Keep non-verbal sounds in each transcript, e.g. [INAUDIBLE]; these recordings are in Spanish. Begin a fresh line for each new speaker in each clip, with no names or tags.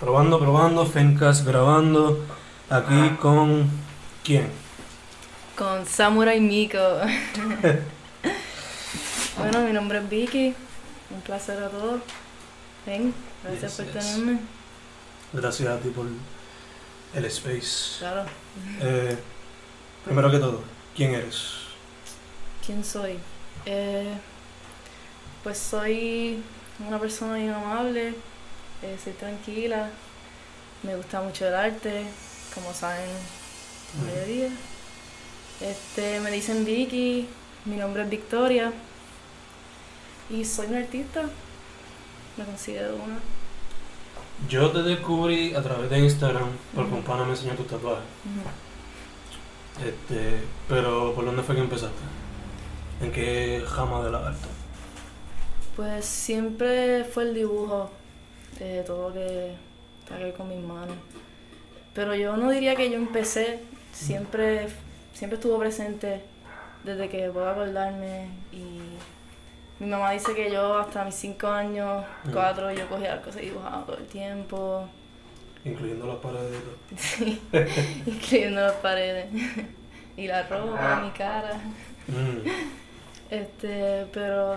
probando, probando, Fencast grabando. Aquí con. ¿Quién?
Con Samurai Miko.
[LAUGHS]
bueno, mi nombre es Vicky. Un placer a todos. Ven, gracias
Yes,
por
yes.
tenerme.
Gracias a ti por el space.
Claro.
Eh, primero que todo, ¿quién eres?
¿Quién soy? Eh, pues soy una persona bien amable, eh, soy tranquila, me gusta mucho el arte, como saben la mayoría. Este, me dicen Vicky, mi nombre es Victoria y soy una artista, me considero una.
Yo te descubrí a través de Instagram porque un
Ujú.
pana me enseñó tus tatuajes.
Ujú.
Este, pero ¿por dónde fue que empezaste? ¿En qué rama de la arte?
Pues siempre fue el dibujo, eh, todo lo que tenga que ver con mis manos. Pero yo no diría que yo empecé, siempre, siempre estuvo presente desde que puedo acordarme. Y mi mamá dice que yo hasta mis cinco años,
Mm.
cuatro, yo cogía cosas y dibujaba todo el tiempo,
Incluyendo las paredes de todo.
sí, incluyendo las paredes [LAUGHS] y la ropa, mi cara.
Mm,
Este, pero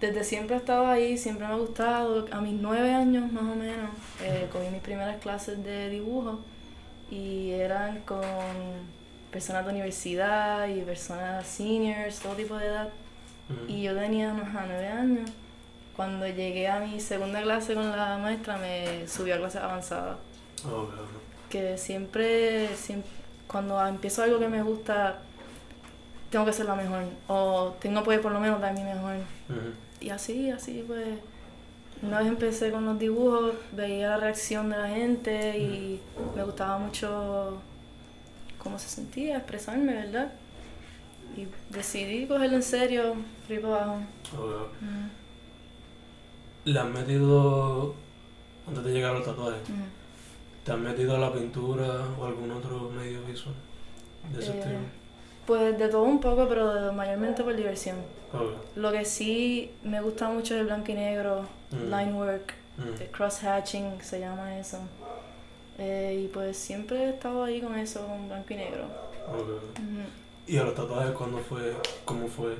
desde siempre he estado ahí, siempre me ha gustado. A mis nueve años más o menos, eh, cogí mis primeras clases de dibujo y eran con personas de universidad y personas seniors, todo tipo de edad.
mm.
Y yo tenía unos a nueve años. Cuando llegué a mi segunda clase con la maestra, me subió a clases avanzadas
Oh, claro.
que siempre, siem- cuando empiezo algo que me gusta, tengo que ser la mejor. O tengo que por lo menos dar mi mejor.
Ujú.
Y así, así pues. Una vez empecé con los dibujos, veía la reacción de la gente y me gustaba mucho cómo se sentía, expresarme, ¿verdad? Y decidí cogerlo en serio, por ahí para abajo.
Oh, claro.
Ujú,
¿Le has metido, antes de llegar al tatuaje,
ujú.
te has metido a la pintura o algún otro medio visual de ese
Eh,
estilo?
Pues de todo un poco, pero mayormente por diversión.
Ok.
Lo que sí me gusta mucho es el blanco y negro,
Mm.
line work,
Mm.
el cross hatching se llama eso. Eh, y pues siempre he estado ahí con eso, con blanco y negro.
Ok.
Ujú.
¿Y a los tatuajes cuándo fue, cómo fue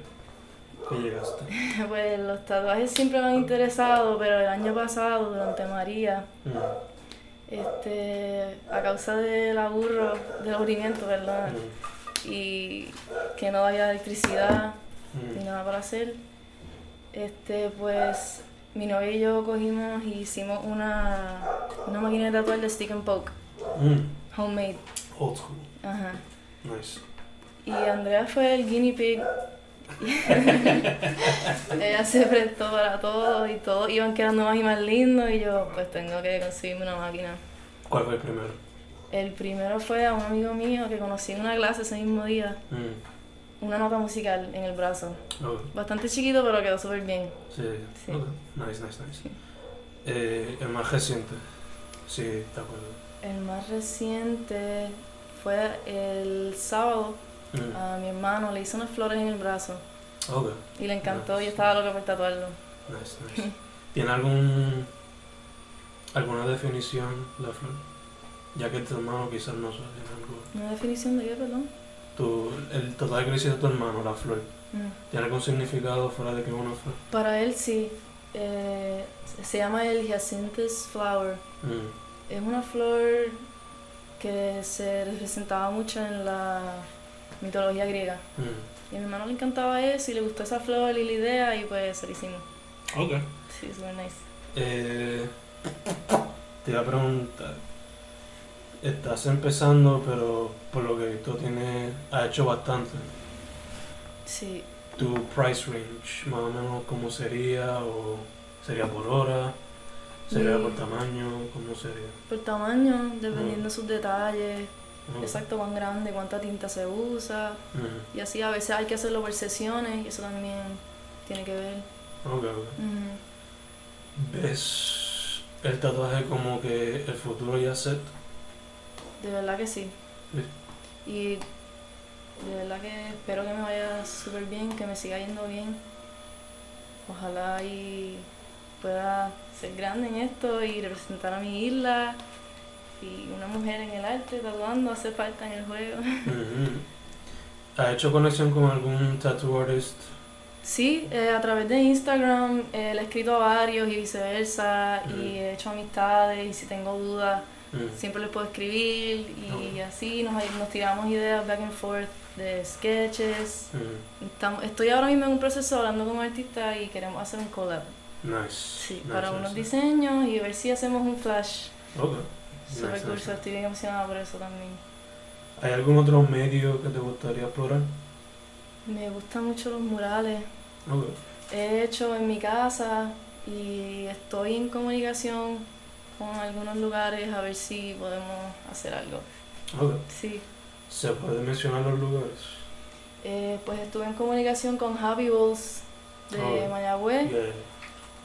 que llegaste?
[LAUGHS] Pues los tatuajes siempre me han interesado, pero el año pasado, durante María,
Mm,
este, a causa del aburro, del aburrimiento, ¿verdad?
mm,
Y que no había electricidad,
mm.
ni nada para hacer. Este, pues mi novio y yo cogimos y hicimos una, una máquina de tatuar de stick and poke,
Mm.
homemade.
Old school.
Ajá.
Nice.
Y Andrea fue el guinea pig. [LAUGHS] Ella se prestó para todo y todos iban quedando más y más lindos y yo pues tengo que conseguirme una máquina.
¿Cuál fue el primero?
El primero fue a un amigo mío que conocí en una clase ese mismo día,
Mm.
una nota musical en el brazo.
Ok.
Bastante chiquito pero quedó súper bien.
Sí.
Sí.
Ok. Nice, nice, nice. Eh, el más reciente. Sí, te acuerdo.
El más reciente fue el sábado.
Mm.
A mi hermano le hice unas flores en el brazo
Ok.
y le encantó y estaba loca por tatuarlo.
Nice, nice. ¿Tiene algún, alguna definición la flor? Ya que tu hermano quizás no sabe algo.
¿Una definición de qué, perdón?
Tu, el total que le hiciste a tu hermano, la flor,
Mm.
¿tiene algún significado fuera de que es una flor?
Para él sí. Eh, se llama el Hyacinthus Flower.
Mm,
Es una flor que se representaba mucho en la mitología griega.
mm.
Y a mi hermano le encantaba eso y le gustó esa flor y la idea y pues se lo hicimos.
Ok.
Sí, super nice.
Eh, te iba a preguntar. Estás empezando, pero por lo que he visto, tiene, ha hecho bastante.
Sí.
¿Tu price range, más o menos, cómo sería? ¿O sería por hora? ¿Sería
Mm.
por tamaño? ¿Cómo sería?
Por tamaño, dependiendo
Mm.
de sus detalles,
Ok.
exacto cuán grande, cuánta tinta se usa.
Mm,
Y así a veces hay que hacerlo por sesiones y eso también tiene que ver.
ok, ok.
Ujú.
¿Ves el tatuaje como que el futuro ya
[LAUGHS]
set?
De verdad que sí.
Sí.
Y de verdad que espero que me vaya súper bien, que me siga yendo bien. Ojalá y pueda ser grande en esto y representar a mi isla y una mujer en el arte tatuando hace falta en el juego.
Ujú. Mm-hmm. ¿Ha hecho conexión con algún tattoo artist?
Sí, eh, a través de Instagram eh, le he escrito a varios y viceversa
Ujú.
y he hecho amistades y si tengo dudas
Mm.
siempre les puedo escribir y
Ok.
así nos, nos tiramos ideas back and forth de sketches.
Mm.
Estamos- estoy ahora mismo en un proceso hablando con un artista y queremos hacer un collab.
Nice.
Sí,
nice,
para
nice,
unos
nice.
diseños y ver si hacemos un flash.
Ok.
Super
Nice,
cool,
nice.
so estoy bien emocionada por eso también.
¿Hay algún otro medio que te gustaría explorar?
Me gustan mucho los murales.
Ok.
He hecho en mi casa y estoy en comunicación con algunos lugares a ver si podemos hacer algo.
Ok.
Sí,
¿Se puede mencionar los lugares?
eh, pues estuve en comunicación con Happy Balls de
Oh,
Mayagüez.
Yeah.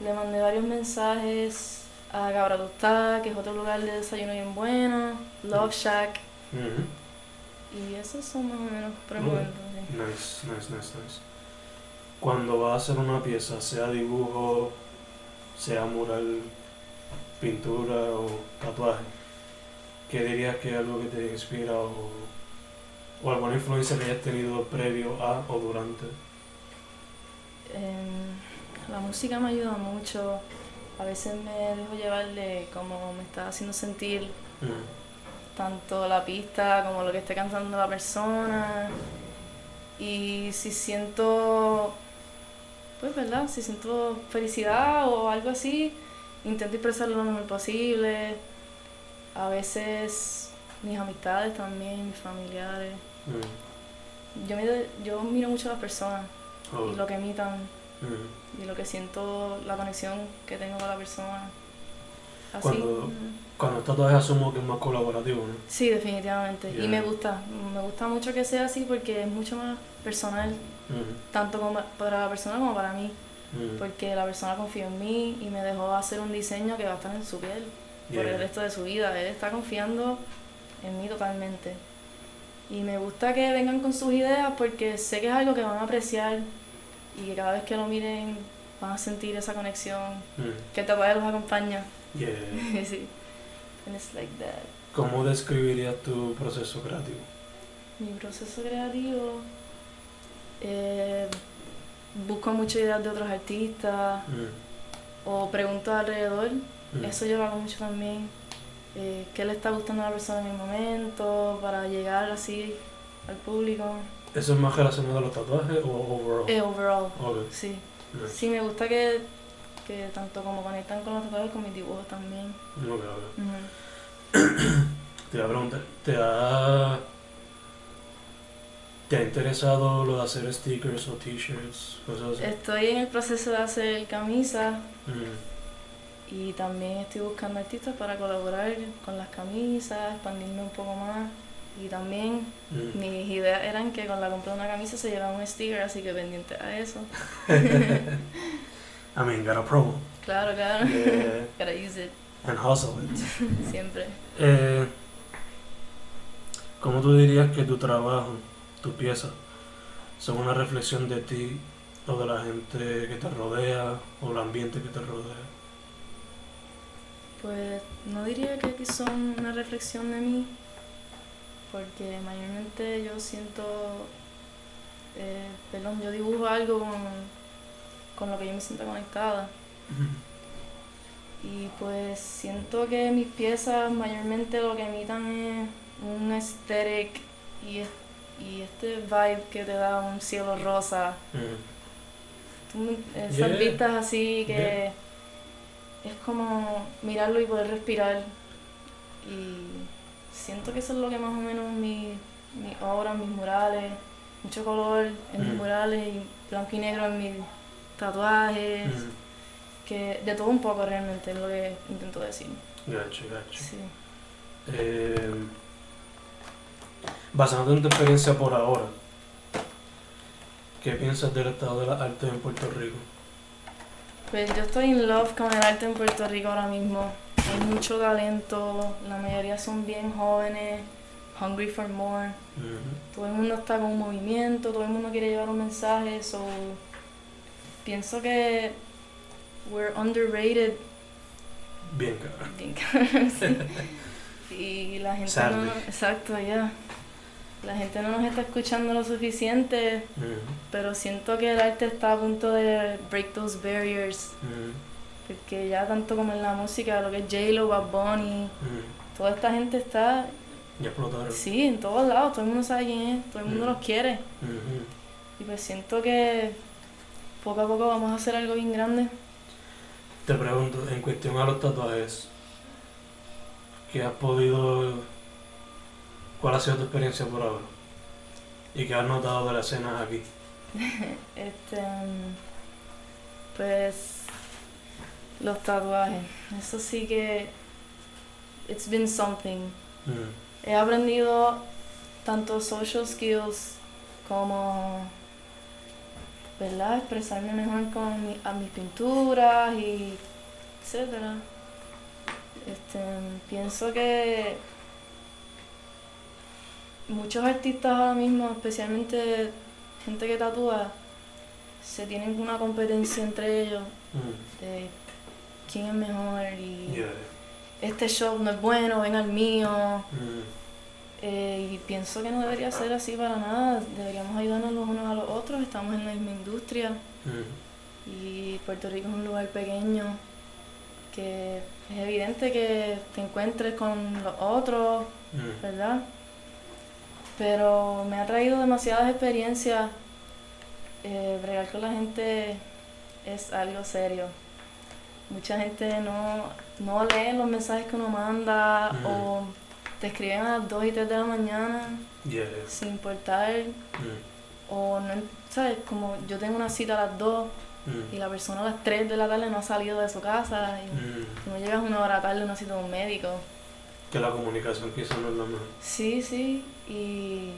Le mandé varios mensajes a Cabra Tostada, que es otro lugar de desayuno bien bueno, Love Shack,
Mhm.
y esos son más o menos por el
Muy bien.
momento.
Nice,
sí.
nice, nice, nice. Cuando vas a hacer una pieza, sea dibujo, sea mural, pintura o tatuaje, ¿qué dirías que es algo que te inspira o, o alguna influencia que hayas tenido previo a o durante?
Em, la música me ayuda mucho, a veces me dejo llevar de cómo me está haciendo sentir
Mm,
tanto la pista como lo que esté cantando la persona. Y si siento, pues verdad, si siento felicidad o algo así, intento expresarlo lo mejor posible. A veces mis amistades también, mis familiares.
Mm,
Yo, me, yo miro mucho a las personas
oh,
y lo que imitan
mm.
y lo que siento, la conexión que tengo con la persona. Así.
Cuando-
mm.
Cuando el tatuaje asumo que es más colaborativo, ¿no?
Sí, definitivamente.
Yeah.
Y me gusta, me gusta mucho que sea así porque es mucho más personal,
Mm,
tanto como para la persona como para mí,
mm,
porque la persona confió en mí y me dejó hacer un diseño que va a estar en su piel por
yeah.
el resto de su vida. Él está confiando en mí totalmente. Y me gusta que vengan con sus ideas porque sé que es algo que van a apreciar y que cada vez que lo miren van a sentir esa conexión,
Mm,
que el tatuaje los acompaña.
yeah.
[LAUGHS] sí. And it's like that.
¿Cómo describirías tu proceso creativo?
Mi proceso creativo. eh, busco muchas ideas de otros artistas
Mm,
o pregunto alrededor.
mm,
Eso yo lo hago mucho también. Eh, ¿Qué le está gustando a la persona en el momento para llegar así al público?
¿Eso es más relacionado a los tatuajes o overall?
Eh, overall,
Ok,
sí.
nice.
Sí, me gusta que, que tanto como conectan con los tatuajes, con mis dibujos también.
Ok, ok.
Ujú.
Te iba a preguntar, ¿te ha, ¿te ha interesado lo de hacer stickers o t-shirts? Cosas así.
Estoy en el proceso de hacer camisas
Mm,
Y también estoy buscando artistas para colaborar con las camisas, expandirme un poco más. Y también
mm.
mis ideas eran que con la compra de una camisa se llevaba un sticker, así que pendiente a eso.
I mean, got a promo.
Claro, claro. [LAUGHS]
Yeah,
Gotta use it
and hustle it.
siempre.
Eh, ¿Cómo tú dirías que tu trabajo, tus piezas, son una reflexión de ti o de la gente que te rodea o el ambiente que te rodea?
Pues no diría que aquí son una reflexión de mí, porque mayormente yo siento, eh, perdón, yo dibujo algo con, con lo que yo me siento conectada. Y pues siento que mis piezas mayormente lo que imitan es un aesthetic y, es- y este vibe que te da un cielo rosa.
Mm,
Tú me- Esas
Yeah.
vistas eh, así que
Yeah.
es como mirarlo y poder respirar. Y siento que eso es lo que más o menos mi- mis obras, mis murales, mucho color en mis
Mm.
murales y blanco y negro en mis tatuajes.
mm.
Que de todo un poco realmente es lo que intento decir.
Gotcha, gotcha.
Sí.
Eh, basándote en tu experiencia por ahora, ¿qué piensas del estado de las artes en Puerto Rico?
Pues yo estoy en love con el arte en Puerto Rico ahora mismo. Hay mucho talento, la mayoría son bien jóvenes, hungry for more.
Ujú,
Todo el mundo está con un movimiento, todo el mundo quiere llevar un mensaje, so pienso que we're underrated
Bien, cabrón.
Bien cabrón,
[LAUGHS]
sí. Y la gente
Sadly.
no. Exacto, ya. La gente no nos está escuchando lo suficiente,
Mm,
pero siento que el arte está a punto de break those barriers.
mm,
Porque ya tanto como en la música, lo que es J-Lo, Bad Bunny,
mm.
toda esta gente está,
Ya explotaron.
sí, en todos lados, todo el mundo sabe quién es, todo el mundo
Mm.
los quiere.
Mm, mm.
Y pues siento que poco a poco vamos a hacer algo bien grande.
Te pregunto, en cuestión a los tatuajes, ¿qué has podido. ¿Cuál ha sido tu experiencia por ahora? ¿Y qué has notado de las escenas aquí?
Este, mm, pues los tatuajes. Eso sí que it's been something.
Mm,
He aprendido tanto social skills como ¿verdad? expresarme mejor con mi- a mis pinturas y etcétera. Este, mm, pienso que muchos artistas ahora mismo, especialmente gente que tatúa, se tienen una competencia entre ellos
mm.
de quién es mejor y
Yeah.
este show no es bueno, ven al mío.
Mm,
Eh, y pienso que no debería ser así para nada. Deberíamos ayudarnos los unos a los otros. Estamos en la misma industria
mm,
y Puerto Rico es un lugar pequeño que es evidente que te encuentres con los otros,
mm.
¿verdad? Pero me ha traído demasiadas experiencias. Eh, bregar con la gente es algo serio. Mucha gente no, no lee los mensajes que uno manda
Ujú.
o te escriben a las 2 y 3 de la mañana
Yeah.
sin importar
Mm,
o no, ¿sabes? Como yo tengo una cita a las 2
mm,
y la persona a las 3 de la tarde no ha salido de su casa y
mm.
tú no llegas una hora tarde a una cita de un médico.
Que la comunicación quizás no es la mejor.
Sí, sí, y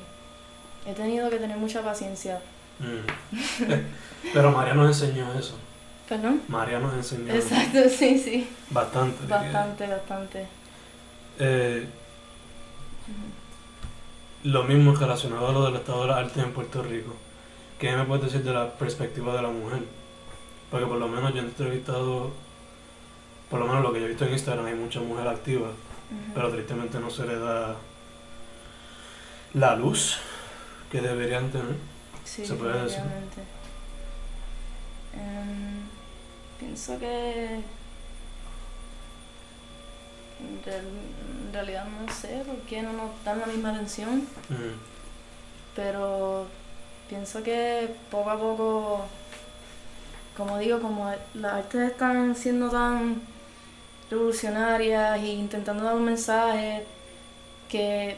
he tenido que tener mucha paciencia.
Mm. [LAUGHS] Pero María nos enseñó eso.
¿Perdón?
María nos enseñó
Exacto, sí, sí.
bastante. diría.
Bastante, bastante.
Eh, lo mismo relacionado a lo del estado de las artes en Puerto Rico. ¿Qué me puedes decir de la perspectiva de la mujer? Porque por lo menos yo he entrevistado, por lo menos lo que yo he visto en Instagram, hay mucha mujer activa,
Ujú.
pero tristemente no se le da la luz que deberían tener.
Sí,
¿Se puede decir?
definitivamente. Em, pienso que en, real- en realidad no sé por qué no nos dan la misma atención,
Mm,
pero pienso que poco a poco, como digo, como las artes están siendo tan revolucionarias e intentando dar un mensaje que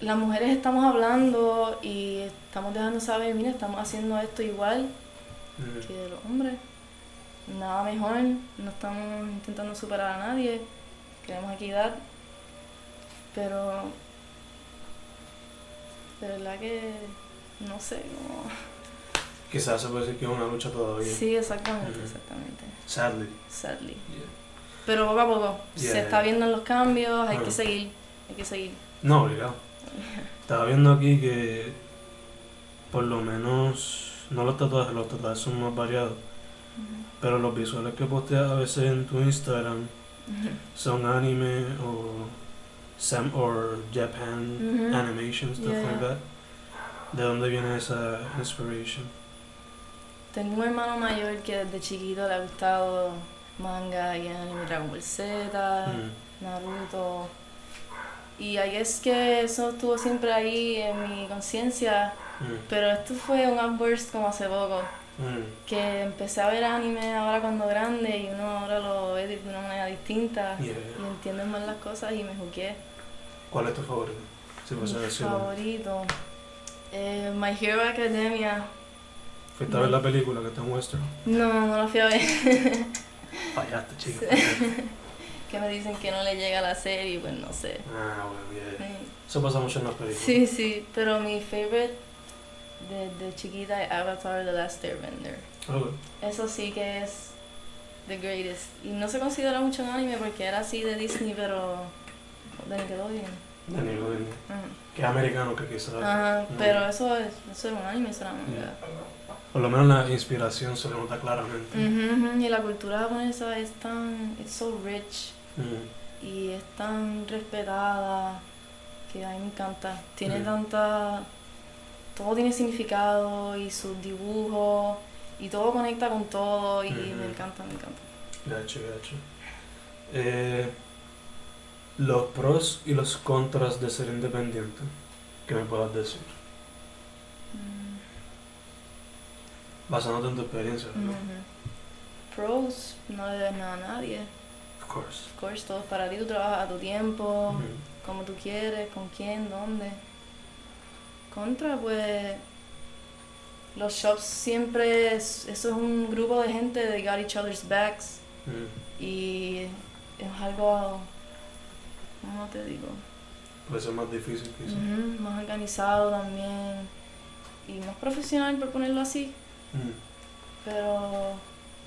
las mujeres estamos hablando y estamos dejando saber, mira, estamos haciendo esto igual
mm,
que los hombres. Nada mejor, no estamos intentando superar a nadie, queremos equidad, pero de verdad que no sé cómo.
Quizás se puede decir que es una lucha todavía.
Sí, exactamente,
Ujú.
exactamente,
Sadly.
sadly.
Yeah.
Pero poco a poco
Yeah,
se está
yeah.
viendo los cambios, hay
Ujú.
que seguir, hay que seguir.
No, obligado. Estaba viendo aquí que por lo menos, no los tatuajes, los tatuajes son más variados, pero los visuales que posteas a veces en tu Instagram son anime o Sam or Japan
Ujú.
animation, stuff
Yeah.
like that. ¿De dónde viene esa inspiration?
Tengo un hermano mayor que desde chiquito le ha gustado manga y anime, Dragon Ball Z,
Mm,
Naruto. Y ahí es que eso estuvo siempre ahí en mi conciencia,
mm,
pero esto fue un outburst como hace poco,
mm,
que empecé a ver anime ahora cuando grande y uno ahora lo ve de una manera distinta
yeah.
y entiende más las cosas y me jugué.
¿Cuál es tu favorito? Si
Mi
fuese a decir uno.
favorito. eh, My Hero Academia.
Fuiste a ver la película que está en Western.
No, no lo fui a ver.
Fallaste, chica.
Sí.
fallaste.
que me dicen que no le llega la serie, pues no sé.
Ah, bueno, yeah.
Sí.
Eso pasa mucho en las películas.
Sí, sí, pero mi favorite desde chiquita es Avatar The Last Airbender.
Ok.
Eso sí que es the greatest. Y no se considera mucho un anime porque era así de Disney, pero de Nickelodeon.
Daniel Goodman,
Ajá.
que es americano, que quizás.
Ajá,
Ah, no.
pero eso es, eso era un anime, eso era un manga.
Yeah. Por lo menos la inspiración se le nota claramente.
Ujú, ujú, Y la cultura japonesa es tan. It's so rich
Mm,
y es tan respetada que a mí me encanta. Tiene
Ujú.
tanta. Todo tiene significado y sus dibujos y todo conecta con todo y me
Ujú.
encanta, me encanta.
gacho, gacho. Eh, los pros y los contras de ser independiente, ¿qué me puedas decir?
Mm.
Basándote en tu experiencia, ¿no?
Ujú. Pros, no le debes nada a nadie.
Of course.
Of course, todo es para ti, tú trabajas a tu tiempo,
Mm.
como tú quieres, con quién, dónde. Contra, pues. Los shops siempre. es- eso es un grupo de gente de got each other's backs.
Mm.
Y es algo. ¿Cómo te digo?
Puede ser más difícil, quizás.
Ujú, más organizado también. Y más profesional, por ponerlo así.
Mm.
Pero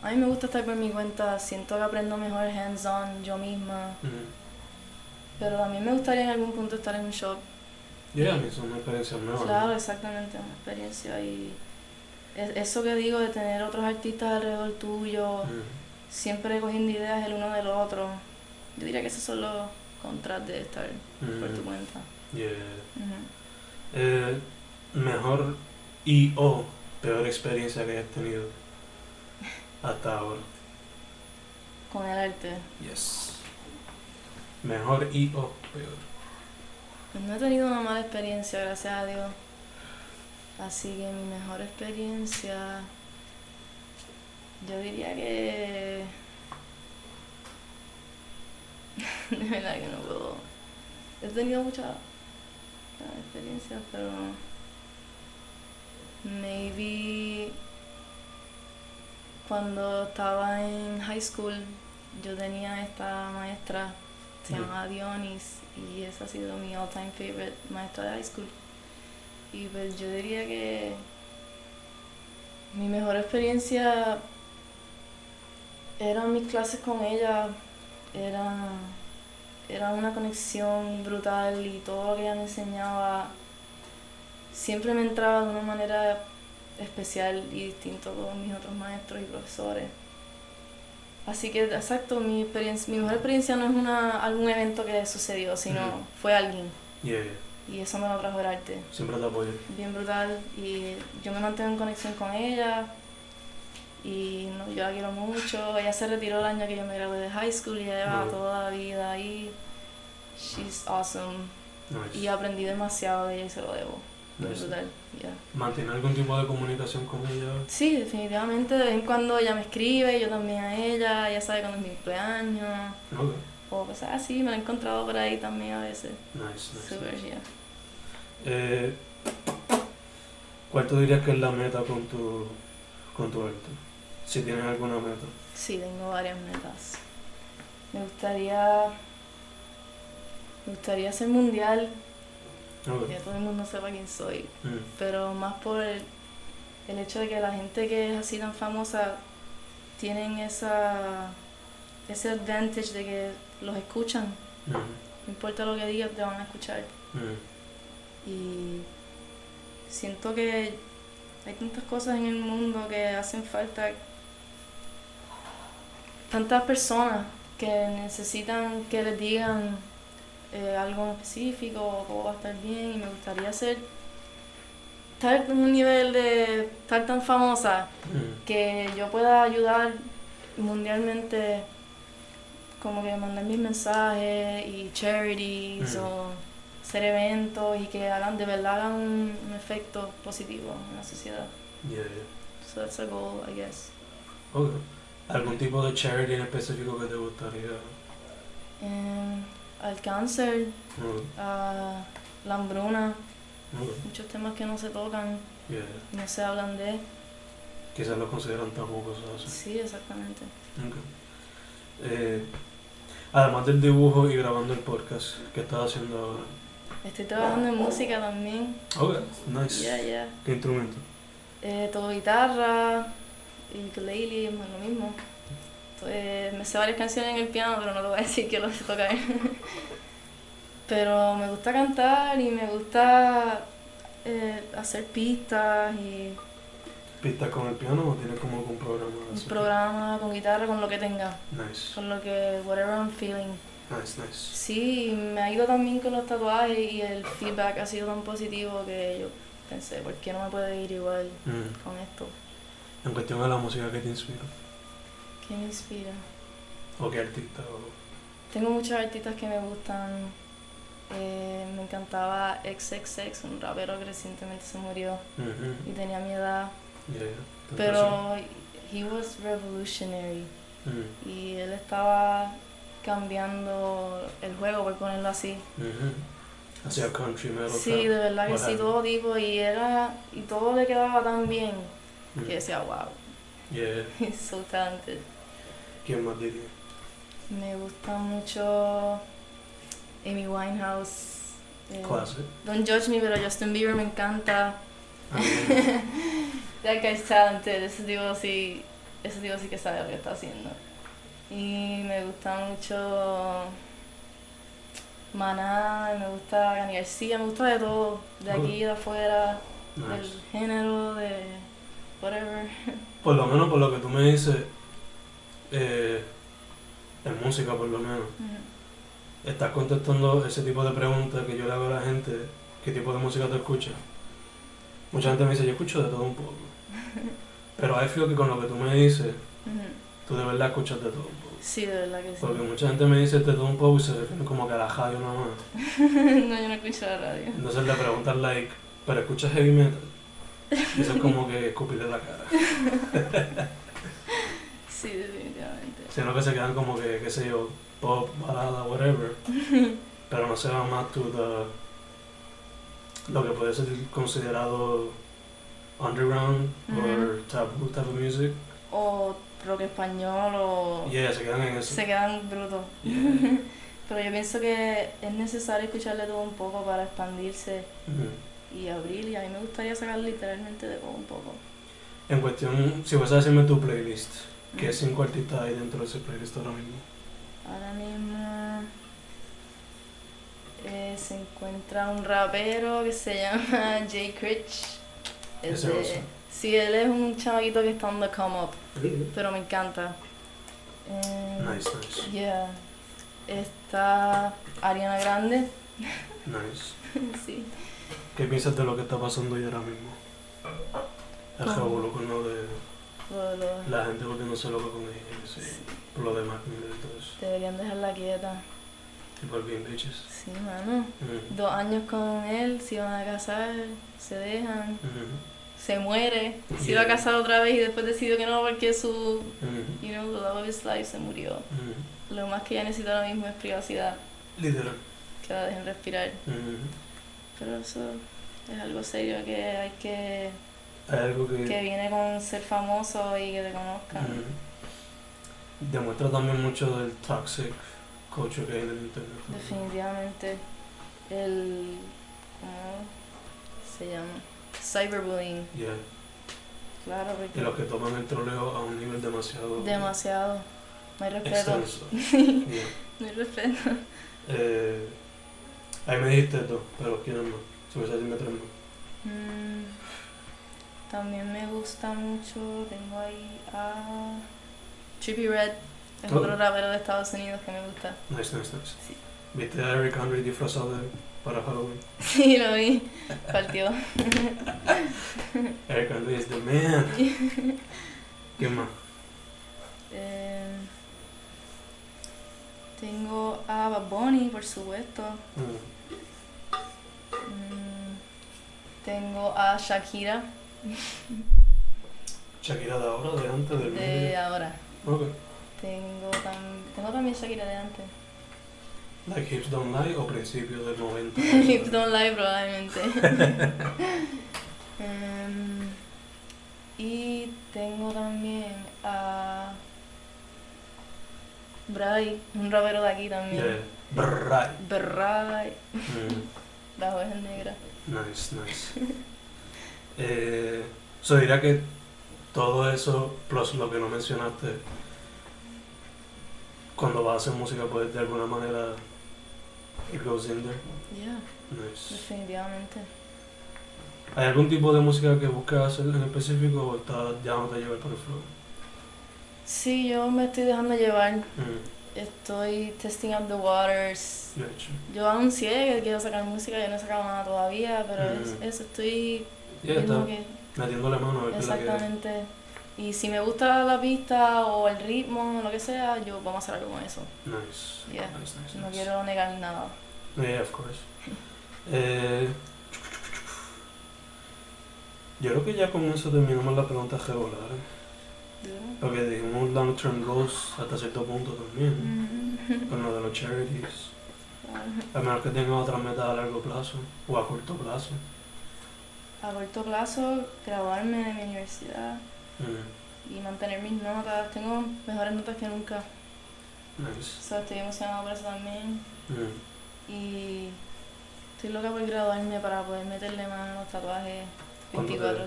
a mí me gusta estar por mi cuenta, siento que aprendo mejor hands-on yo misma,
Mm.
pero también me gustaría en algún punto estar en un shop.
Yeah, a mí son experiencias nuevas. ¿no?
Claro, exactamente, una experiencia y es- eso que digo de tener otros artistas alrededor tuyo,
Mm.
siempre cogiendo ideas el uno del otro. Yo diría que esos son los contras de estar por tu
Mm.
cuenta.
Yeah.
Ujú.
Eh, mejor y o peor experiencia que hayas tenido hasta ahora.
Con el arte.
Yes. Mejor y o peor.
Pues no he tenido una mala experiencia, gracias a Dios. Así que mi mejor experiencia, yo diría que... [LAUGHS] De verdad que no puedo... He tenido muchas malas experiencias, pero... Maybe... Cuando estaba en high school, yo tenía esta maestra se
Mm.
llamaba Dionis y esa ha sido mi all time favorite maestra de high school. Y pues yo diría que mi mejor experiencia eran mis clases con ella, era, era una conexión brutal y todo lo que ella me enseñaba siempre me entraba de una manera especial y distinto con mis otros maestros y profesores. Así que, exacto, mi, experiencia, mi mejor experiencia no es una, algún evento que sucedió, sino
Ujú.
fue alguien.
Yeah.
Y eso me lo trajo el arte.
Siempre te apoyo.
Bien brutal. Y yo me mantengo en conexión con ella. Y no, yo la quiero mucho. Ella se retiró el año que yo me gradué de high school y ella lleva
Wow.
toda la vida ahí. She's awesome.
Nice.
Y aprendí demasiado de ella y se lo debo. Bien
Nice.
brutal. yeah.
¿Mantiene algún tipo de comunicación con ella?
Sí, definitivamente. De vez en cuando ella me escribe, yo también a ella, ella sabe cuándo es mi cumpleaños,
Ok.
o cosas así, me la he encontrado por ahí también a veces.
Nice, nice.
Super, yeah.
Eh, ¿Cuál tú dirías que es la meta con tu, con tu arte? Si tienes alguna meta.
Sí, tengo varias metas. Me gustaría. Me gustaría ser mundial,
Ok.
que todo el mundo sepa quién soy,
Mm.
pero más por el, el hecho de que la gente que es así tan famosa tienen esa, ese advantage de que los escuchan,
Mm.
no importa lo que digas, te van a escuchar.
Mm.
Y siento que hay tantas cosas en el mundo que hacen falta, tantas personas que necesitan que les digan eh, algo en específico o cómo va a estar bien y me gustaría ser, estar en un nivel de estar tan famosa
Mm.
que yo pueda ayudar mundialmente como que mandar mis mensajes y charities
Mm.
o hacer eventos y que hagan de verdad hagan un, un efecto positivo en la sociedad.
Yeah, mm, yeah.
So that's a goal, I guess.
Ok. ¿Algún tipo de charity en específico que te gustaría?
Em, al cáncer,
Ok,
a la hambruna,
ok,
muchos temas que no se tocan,
yeah.
no se hablan de.
Quizás lo consideran tabú, cosas así.
Sí, exactamente.
Ok. Eh, además del dibujo y grabando el podcast, ¿qué estás haciendo ahora?
Estoy trabajando en música también.
Ok, nice.
Yeah, yeah.
¿Qué instrumento?
Eh, toco guitarra, y ukulele, es lo mismo. Eh, me sé varias canciones en el piano, pero no lo voy a decir que lo sé tocar. [LAUGHS] pero me gusta cantar y me gusta eh, hacer pistas y
pistas con el piano o tienes como algún programa? de
Un
eso?
programa con guitarra, con lo que tenga,
Nice,
con lo que, whatever I'm feeling.
nice, nice.
Sí, me ha ido también con los tatuajes y el feedback ha sido tan positivo que yo pensé, ¿por qué no me puede ir igual
Mm.
con esto?
En cuestión de la música que te inspira,
¿Qué me inspira?
o qué artista, o...
Tengo muchos artistas que me gustan. Eh, me encantaba XXX, un rapero que recientemente se murió
Ujú.
y tenía mi edad.
Ya, ya. Tienes razón.
Pero he was revolutionary
Mm.
y él estaba cambiando el juego, por ponerlo así.
Ujú. Hacía country metal.
Sí, de verdad que
What
sí,
happened?
todo tipo y era y todo le quedaba tan bien
Mm.
que decía, wow, [LAUGHS]
Yeah.
he's so talented.
¿Quién más diría?
Me gusta mucho Amy Winehouse. eh,
Classic.
Don't judge me, pero Justin Bieber me encanta.
Ah, yeah.
That guy's talented. Ese tipo sí, ese tipo sí que sabe lo que está haciendo. Y me gusta mucho Maná, y me gusta Gani García, me gusta de todo, de aquí, de afuera, del
nice.
género, de whatever.
Por lo menos por lo que tú me dices, eh, en música por lo menos, estás contestando ese tipo de preguntas que yo le hago a la gente, ¿qué tipo de música te escuchas? Mucha gente me dice, yo escucho de todo un poco. Pero hay feel que con lo que tú me dices,
Ujú.
tú de verdad escuchas de todo un poco.
Sí, de verdad que sí.
Porque mucha gente me dice de todo un poco y se refiere como que a la radio nada más.
[LAUGHS] no, yo no escucho la radio.
Entonces le preguntan like, ¿pero escuchas heavy metal? Y eso es como que escupirle la cara.
Sí, definitivamente.
Sino que se quedan como que, qué sé yo, pop, balada, whatever. Pero no se va más to the, lo que puede ser considerado underground
Ujú.
or taboo type of music.
O rock español o...
Yeah, se quedan en eso.
Se quedan brutos.
Yeah.
[LAUGHS] Pero yo pienso que es necesario escucharle todo un poco para expandirse
Ujú.
y abrir. Y a mí me gustaría sacar literalmente de todo un poco.
En cuestión, si vas a decirme tu playlist, ¿qué cinco artistas hay dentro de ese playlist ahora mismo?
Ahora mismo eh, se encuentra un rapero que se llama [LAUGHS] Jay Critch. Es
Ese
de-
oso.
sí, él es un chamaquito que está on the come up, pero me encanta. Eh,
Nice, nice,
Yeah. Está Ariana Grande. [LAUGHS]
nice.
sí.
¿Qué piensas de lo que está pasando hoy ahora mismo? El
¿Cómo?
revolú con lo de
Lo- lo-
la gente volviéndose loca con ella, y sí, por lo de Mac Miller y todo eso.
Deberían dejarla quieta.
Y por bien bitches.
Sí, mano.
Mm.
Dos años con él, se iban a casar, se dejan,
Mm.
se muere, se iba a
Yeah.
casar otra vez y después decidió que no porque su,
Mm.
you know, the love of his life se murió.
Mm.
Lo más que ella necesita ahora mismo es privacidad,
Literal.
que la dejen respirar.
Mm.
Pero eso es algo serio que hay que,
Hay algo que,
que viene con ser famoso y que te conozcan.
mm, demuestra también mucho del toxic culture que hay en el internet. también.
Definitivamente el, ¿cómo se llama? Cyberbullying,
Yeah.
claro, porque
Y los que toman el troleo a un nivel demasiado
demasiado, no hay respeto.
extenso. Yeah.
No hay respeto.
Eh, ahí me dijiste dos, pero quieren no. Si me sale me tres más.
Mm, también me gusta mucho, tengo ahí a Trippy Red, es
Oh.
otro rapero de Estados Unidos que me gusta. [LAUGHS]
Nice, nice, nice.
Sí.
¿Viste a Eric Andre disfrazado de- para Halloween?
Sí, lo vi, partió.
Eric Andre is the man. ¿Qué más?
Eh, tengo a Bad Bunny, por supuesto.
Mm,
Mm, tengo a Shakira
Shakira de ahora, de antes, del
de
medio.
ahora.
Ok.
Tengo, tam- tengo también Shakira de antes.
Like Hips Don't Lie o principio del 90.
[LAUGHS] Lips Don't
[LAUGHS]
Lie probablemente. Em, y tengo también a Bray, un rapero de aquí también.
Yeah. Brrray.
Bray,
Mm,
las ovejas negras.
nice,
[LAUGHS]
nice. Eh, so diría que todo eso, plus lo que no mencionaste, cuando vas a hacer música, puedes de alguna manera. It goes in there.
Yeah,
Nice.
definitivamente.
¿Hay algún tipo de música que busques hacer en específico o estás dejándote llevar por el flow?
Sí, yo me estoy dejando llevar.
Mm,
Estoy testing out the waters.
de hecho.
Yo anuncié que quiero sacar música, yo no he sacado nada todavía, pero
Mm.
es- eso estoy
Ya
viendo
está
que-
metiendo la mano a ver qué es la que es.
Exactamente. Y si me gusta la pista o el ritmo, lo que sea, yo vamos a hacer algo con eso.
Nice.
Yeah.
Nice, nice,
No
nice.
quiero negar nada.
Yeah, of
[LAUGHS]
course. Eh, yo creo que ya con eso terminamos las preguntas regulares. Porque dijimos long term goals hasta cierto punto también.
Mm.
Con lo de los charities. A menos que tenga otras metas a largo plazo o a corto plazo.
[LAUGHS] A corto plazo, graduarme de mi universidad
Mm,
y mantener mis notas. Tengo mejores notas que nunca.
nice.
So, estoy emocionada por eso también.
Mm,
Y estoy loca por graduarme para poder meterle mano a los tatuajes
¿Cuánto te-
24-7. Me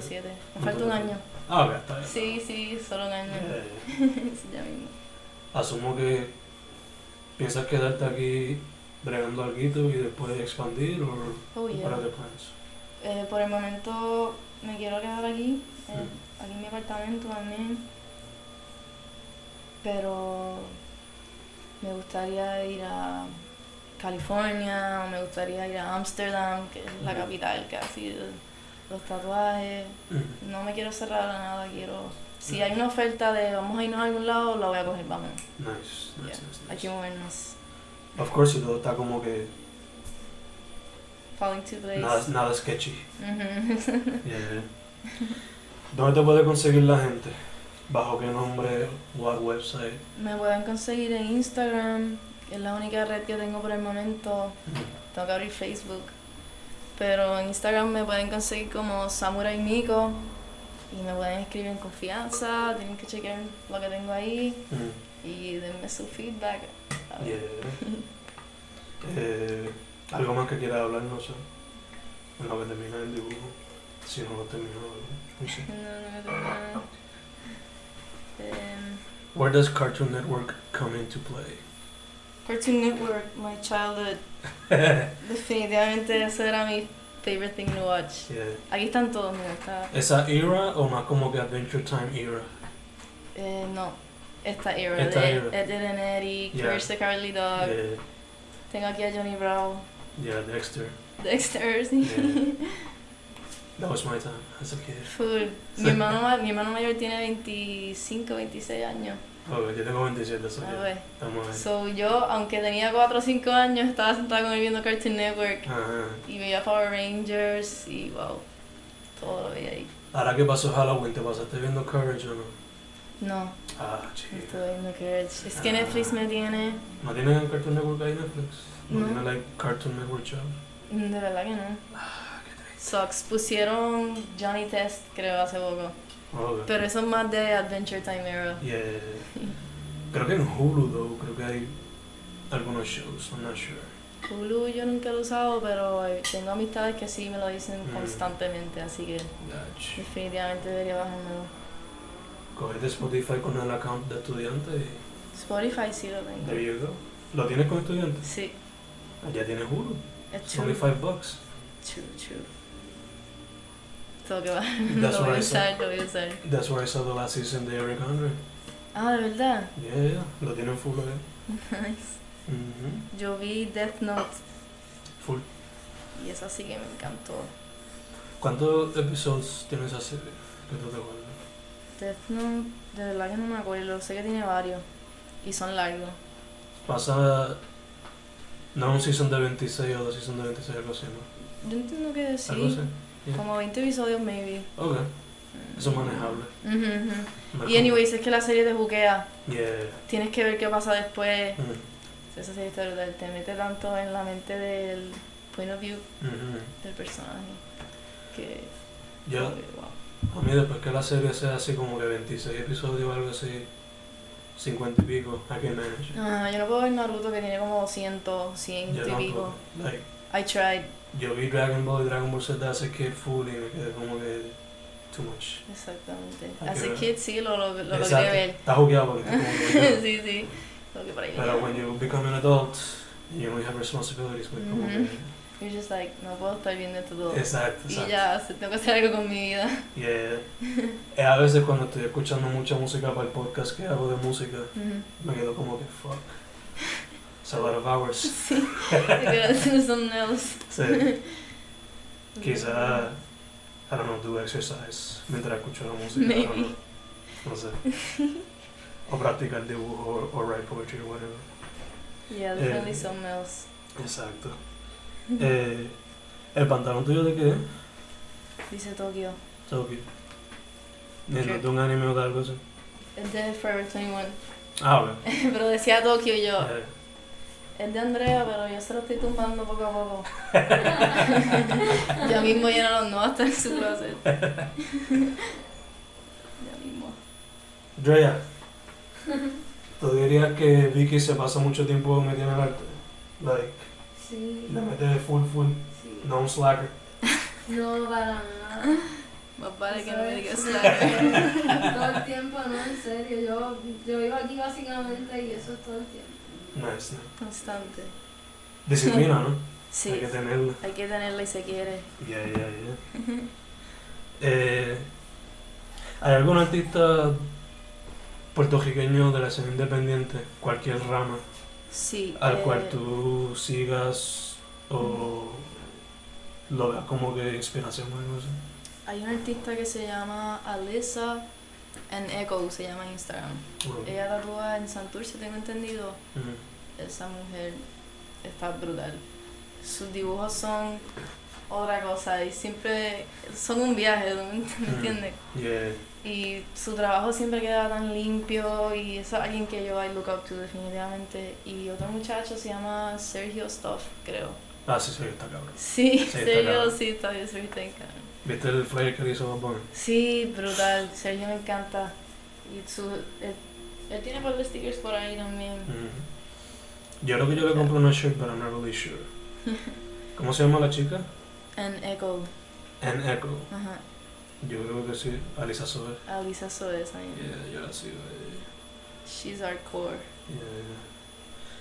cuánto
falta un
te-
año.
Ah, ok, está bien.
Sí, sí, solo un año. [LAUGHS]
Eh,
Sí, ya mismo.
Asumo que piensas quedarte aquí bregando algo y después expandir o
Oh, yeah.
para the plans.
Eh, por el momento me quiero quedar aquí, eh, aquí en mi apartamento también. Pero me gustaría ir a California, o me gustaría ir a Amsterdam, que es la
Ujú.
capital casi de los tatuajes.
Mm,
No me quiero cerrar a nada, quiero... Si hay una oferta de vamos a irnos a algún lado, la voy a coger, vamos.
Nice, nice,
Yeah,
nice,
Hay que
nice.
movernos.
Of course, y todo está como que
Falling to place.
nada, nada
[LAUGHS]
sketchy.
Ujú. [LAUGHS]
Yeah, yeah. ¿Dónde te puede conseguir la gente? ¿Bajo qué nombre? ¿What website?
Me pueden conseguir en Instagram, que es la única red que tengo por el momento.
Mm,
Tengo que abrir Facebook. Pero en Instagram me pueden conseguir como Samurai Miko y me pueden escribir en confianza. Tienen que chequear lo que tengo ahí
mm,
y denme su feedback. A
yeah,
ver. [LAUGHS]
yeah. Eh, ¿Algo más que quieras hablar? No sé. En lo que termina el dibujo. Si no, no termino. ¿no? No sé.
No, no me tengo nada. Em,
Where does Cartoon Network come into play?
Cartoon Network, my childhood. Definitivamente ese era mi favorite thing to watch.
Yeah.
Aquí están todos, me gusta.
¿Esa era o más como que Adventure Time era?
Eh, no, esta era
Esta
de
era.
Ed, Ed and Eddie,
Yeah.
Curse the Cowardly Dog.
Yeah,
Tengo aquí a Johnny Bravo,
Eh, yeah, Dexter.
[LAUGHS] Dexter,
Yeah. That was my time as a kid.
[LAUGHS] Full. Mi hermano, ma- mi hermano mayor tiene 25, 26 años.
Oh, yo tengo 27, so
A
yeah.
ver.
Estamos ahí.
So yo, aunque tenía 4 o 5 años, estaba sentada con él viendo Cartoon Network
Ajá.
y veía Power Rangers y wow, todo lo veía ahí.
Ahora que pasó Halloween, ¿te pasaste viendo Courage o no?
No,
Ah,
no
chido.
estuve viendo Courage. Es que
Ah.
Netflix me tiene,
¿No tiene Cartoon Network ahí Netflix? ¿No,
No.
tiene like Cartoon Network Child?
mm, de verdad que no.
Ah,
Sox pusieron Johnny Test, creo, hace poco.
Oh, okay.
Pero eso es más de Adventure Time era.
Yeah. eh, Creo que en Hulu, though, creo que hay algunos shows, I'm not sure.
Hulu yo nunca lo he usado, pero eh, tengo amistades que sí me lo dicen
Mm.
constantemente, así que
Gotch.
definitivamente debería bajármelo.
Cogete Spotify con el account de estudiante y...
Spotify sí lo tengo.
There you go. ¿Lo tienes con estudiante?
Sí,
Ya tienes Hulu.
es
It's
true.
only five
[LAUGHS]
bucks.
True, true. Tengo que bajar.
That's
lo voy a
what I said.
usar, lo voy a usar.
That's where I saw the last season de Eric Andre.
Ah, de verdad.
Yeah, yeah. Lo tienen full ahí.
[LAUGHS] Nice.
Mhm.
Yo vi Death Note
Full.
y esa sí que me encantó.
¿Cuántos episodios tiene esa serie? Que tú te acuerdas?
Death Note, de verdad que no me acuerdo, sé que tiene varios y son largos.
Pasa. No un season de 26 o dos season de 26, algo así, ¿no?
Yo entiendo que
Algo
sí,
así.
como 20 episodios maybe.
Ok, eso es manejable.
Ujú, ujú.
No es
Y anyways, es que la serie te buquea.
como- Yeah.
Tienes que ver qué pasa después.
Mm,
Esa serie está brutal. Te mete tanto en la mente del point of view
mhm.
del personaje. Que.
Yo,
como que, wow.
a mí después que la serie sea así como que 26 episodios o algo así, 50 y pico, I can manage.
Ah, yo no puedo ver Naruto que tiene como 200, 100
Yo
y
tampoco.
pico.
Like,
I tried.
yo vi Dragon Ball y Dragon Ball Z hace que full y me quedé como que. Too much.
Exactamente.
Hay que
As a
ver.
kid sí lo, lo, lo logré
Exacto.
ver. [LAUGHS]
Está jugueado porque te como que-
sí, sí. Lo que por ahí.
Pero
venía.
when you become an adult, you know you have responsibilities, pues como
Mhm.
que.
You're just like, no puedo estar viendo esto todo.
Exacto,
Y
exacto.
ya, o sea, tengo que hacer algo con mi vida.
Y eh, es a veces cuando estoy escuchando mucha música para el podcast que hago de música,
Ujú. [LAUGHS]
me quedo como que fuck. It's a lot of hours.
[LAUGHS] Sí, I gotta do [LAUGHS] something else.
[LAUGHS] Sí, quizá, I don't know, do exercise mientras escucho la música. I don't
Maybe.
know. No sé. O practicar dibujo o write poetry o whatever.
Yeah,
Eh.
definitely something else.
Exacto. Eh, ¿El pantalón tuyo de qué es?
Dice Tokio.
Tokio. ¿De,
Sure.
de un anime o de algo así?
Es de Forever 21.
Ah, ok.
[LAUGHS] pero decía Tokio y yo.
Eh,
Es de Andrea, pero yo se lo estoy tumbando poco a poco. [LAUGHS] ya mismo llenaron los no hasta en su [LAUGHS] closet. ya mismo. [LAUGHS]
Drea, ¿tú dirías que Vicky se pasa mucho tiempo metida en el arte? Like,
Sí.
le mete full, full,
sí.
no un slacker.
No, para nada.
Más vale que no me digas [LAUGHS]
Eso es-
nada.
Todo el tiempo, no, en serio. Yo, yo vivo aquí básicamente y eso es todo el
[LAUGHS]
tiempo.
Nice, nice.
Constante.
Disciplina, ¿no? Hay
[LAUGHS] Sí,
que tenerla.
hay que tenerla y se quiere.
Ya, ya, ya.
[LAUGHS]
Eh, ¿Hay algún artista puertorriqueño de la escena independiente, cualquier rama,
Sí.
al
eh,
cual tú sigas o lo veas como que inspiración o algo así?
Hay una artista que se llama Alyssa and Echo, se llama en Instagram.
Bueno,
Ella tatúa en Santurce, tengo entendido.
ujú.
Esa mujer está brutal. Sus dibujos son otra cosa y siempre son un viaje, ¿no? [LAUGHS] ¿me entiendes?
Yeah.
Y su trabajo siempre queda tan limpio y eso es alguien que yo I look up to definitivamente. Y otro muchacho se llama Sergio Stoff, creo.
Ah, sí, sí, está cabrón.
[LAUGHS] Sí,
está
Sergio,
cabrón.
sí, todavía Sergio está encantado.
¿Viste el flyer que le hizo Bob Bunny?
Sí, brutal. Sergio me encanta. Y su, él, él tiene varios stickers por ahí también.
Yo creo que yo le compro una shirt, pero I'm not really [LAUGHS] sure. ¿Cómo se llama la chica?
And Echo,
Ann Echo.
ajá.
Yo creo que sí. Alisa Sober.
Alisa Soez, ahí.
Yeah, yo la sigo. eh,
She's our core.
yeah.